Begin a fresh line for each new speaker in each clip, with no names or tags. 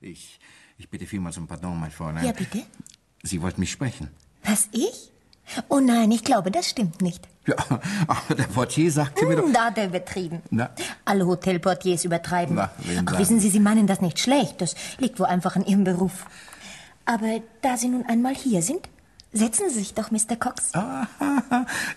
Ich, ich bitte vielmals um Pardon, mein Fräulein.
Ja, bitte?
Sie wollten mich sprechen.
Was, ich? Oh nein, ich glaube, das stimmt nicht.
Ja, aber der Portier sagte mir doch...
Hm, Da hat er übertrieben.
Na?
Alle Hotelportiers übertreiben.
Na, wen
Ach,
sagen
wissen Sie, Sie meinen das nicht schlecht. Das liegt wohl einfach an Ihrem Beruf. Aber da Sie nun einmal hier sind, setzen Sie sich doch, Mr. Cox.
Ah,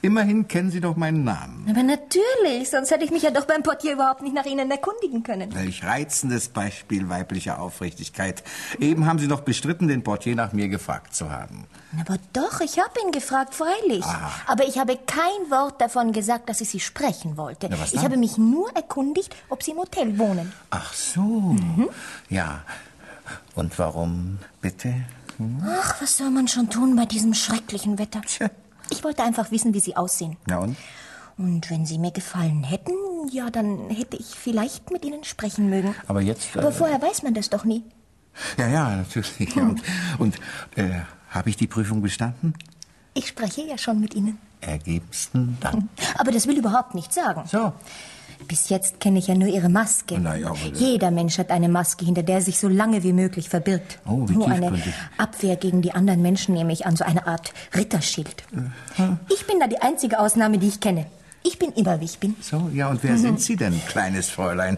immerhin kennen Sie doch meinen Namen.
Aber natürlich, sonst hätte ich mich ja doch beim Portier überhaupt nicht nach Ihnen erkundigen können.
Welch reizendes Beispiel weiblicher Aufrichtigkeit. Eben haben Sie doch bestritten, den Portier nach mir gefragt zu haben.
Aber doch, ich habe ihn gefragt, freilich.
Ah.
Aber ich habe kein Wort davon gesagt, dass ich Sie sprechen wollte.
Na, was
ich
dann?
habe mich nur erkundigt, ob Sie im Hotel wohnen.
Ach so.
Mhm.
Ja. Und warum bitte?
Ach, was soll man schon tun bei diesem schrecklichen Wetter?
Tja.
Ich wollte einfach wissen, wie Sie aussehen.
Na und?
Und wenn Sie mir gefallen hätten, ja, dann hätte ich vielleicht mit Ihnen sprechen mögen.
Aber jetzt.
Aber
Äh,
vorher weiß man das doch nie.
ja, ja, natürlich.
Hm.
Und, und äh, habe ich die Prüfung bestanden?
Ich spreche ja schon mit Ihnen.
Ergebensten Dank.
Aber das will überhaupt nichts sagen.
So.
Bis jetzt kenne ich ja nur Ihre Maske.
Na ja, aber- äh.
Jeder Mensch hat eine Maske, hinter der er sich so lange wie möglich verbirgt.
Oh, wie
nur eine
tiefgründig.
Abwehr gegen die anderen Menschen nehme ich an, so eine Art Ritterschild.
Äh, hm.
Ich bin da die einzige Ausnahme, die ich kenne. Ich bin immer, wie ich bin.
So, ja, und wer sind Sie denn, kleines Fräulein?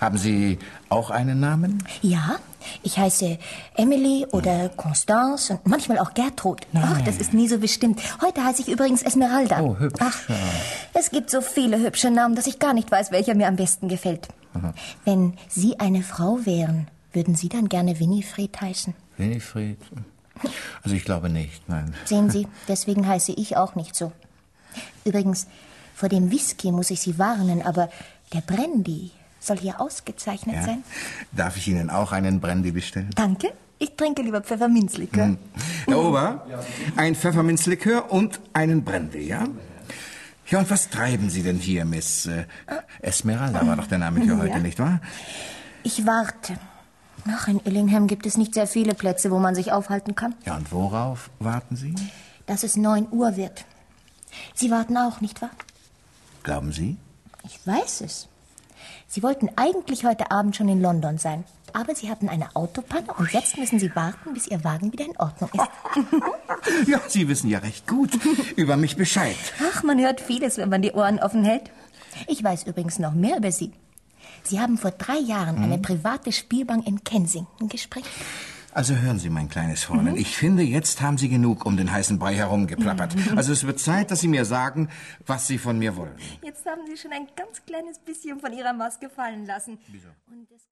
Haben Sie auch einen Namen?
Ja, ich heiße Emily oder Constance und manchmal auch Gertrud. Ach, das ist nie so bestimmt. Heute heiße ich übrigens Esmeralda.
Oh, hübsch,
Ach,
ja.
es gibt so viele hübsche Namen, dass ich gar nicht weiß, welcher mir am besten gefällt. Wenn Sie eine Frau wären, würden Sie dann gerne Winifred heißen?
Winifred? Also ich glaube nicht, nein.
Sehen Sie, deswegen heiße ich auch nicht so. Übrigens, vor dem Whisky muss ich Sie warnen, aber der Brandy soll hier ausgezeichnet
Ja?
sein.
Darf ich Ihnen auch einen Brandy bestellen?
Danke, ich trinke lieber Pfefferminzlikör.
Hm. Herr Ober, ein Pfefferminzlikör und einen Brandy, ja? Ja, und was treiben Sie denn hier, Miss äh, Esmeralda war doch der Name für heute, nicht wahr?
Ich warte. Ach, in Illingham gibt es nicht sehr viele Plätze, wo man sich aufhalten kann.
Ja, und worauf warten Sie?
Dass es 9 Uhr wird. Sie warten auch, nicht wahr?
Glauben Sie?
Ich weiß es. Sie wollten eigentlich heute Abend schon in London sein. Aber Sie hatten eine Autopanne und jetzt müssen Sie warten, bis Ihr Wagen wieder in Ordnung ist.
Ja, Sie wissen ja recht gut über mich Bescheid.
Ach, man hört vieles, wenn man die Ohren offen hält. Ich weiß übrigens noch mehr über Sie. Sie haben vor drei Jahren eine private Spielbank in Kensington gesprengt.
Also hören Sie, mein kleines Fräulein, ich finde, jetzt haben Sie genug um den heißen Brei herumgeplappert. Also es wird Zeit, dass Sie mir sagen, was Sie von mir wollen.
Jetzt haben Sie schon ein ganz kleines bisschen von Ihrer Maske fallen lassen. Wieso? Und es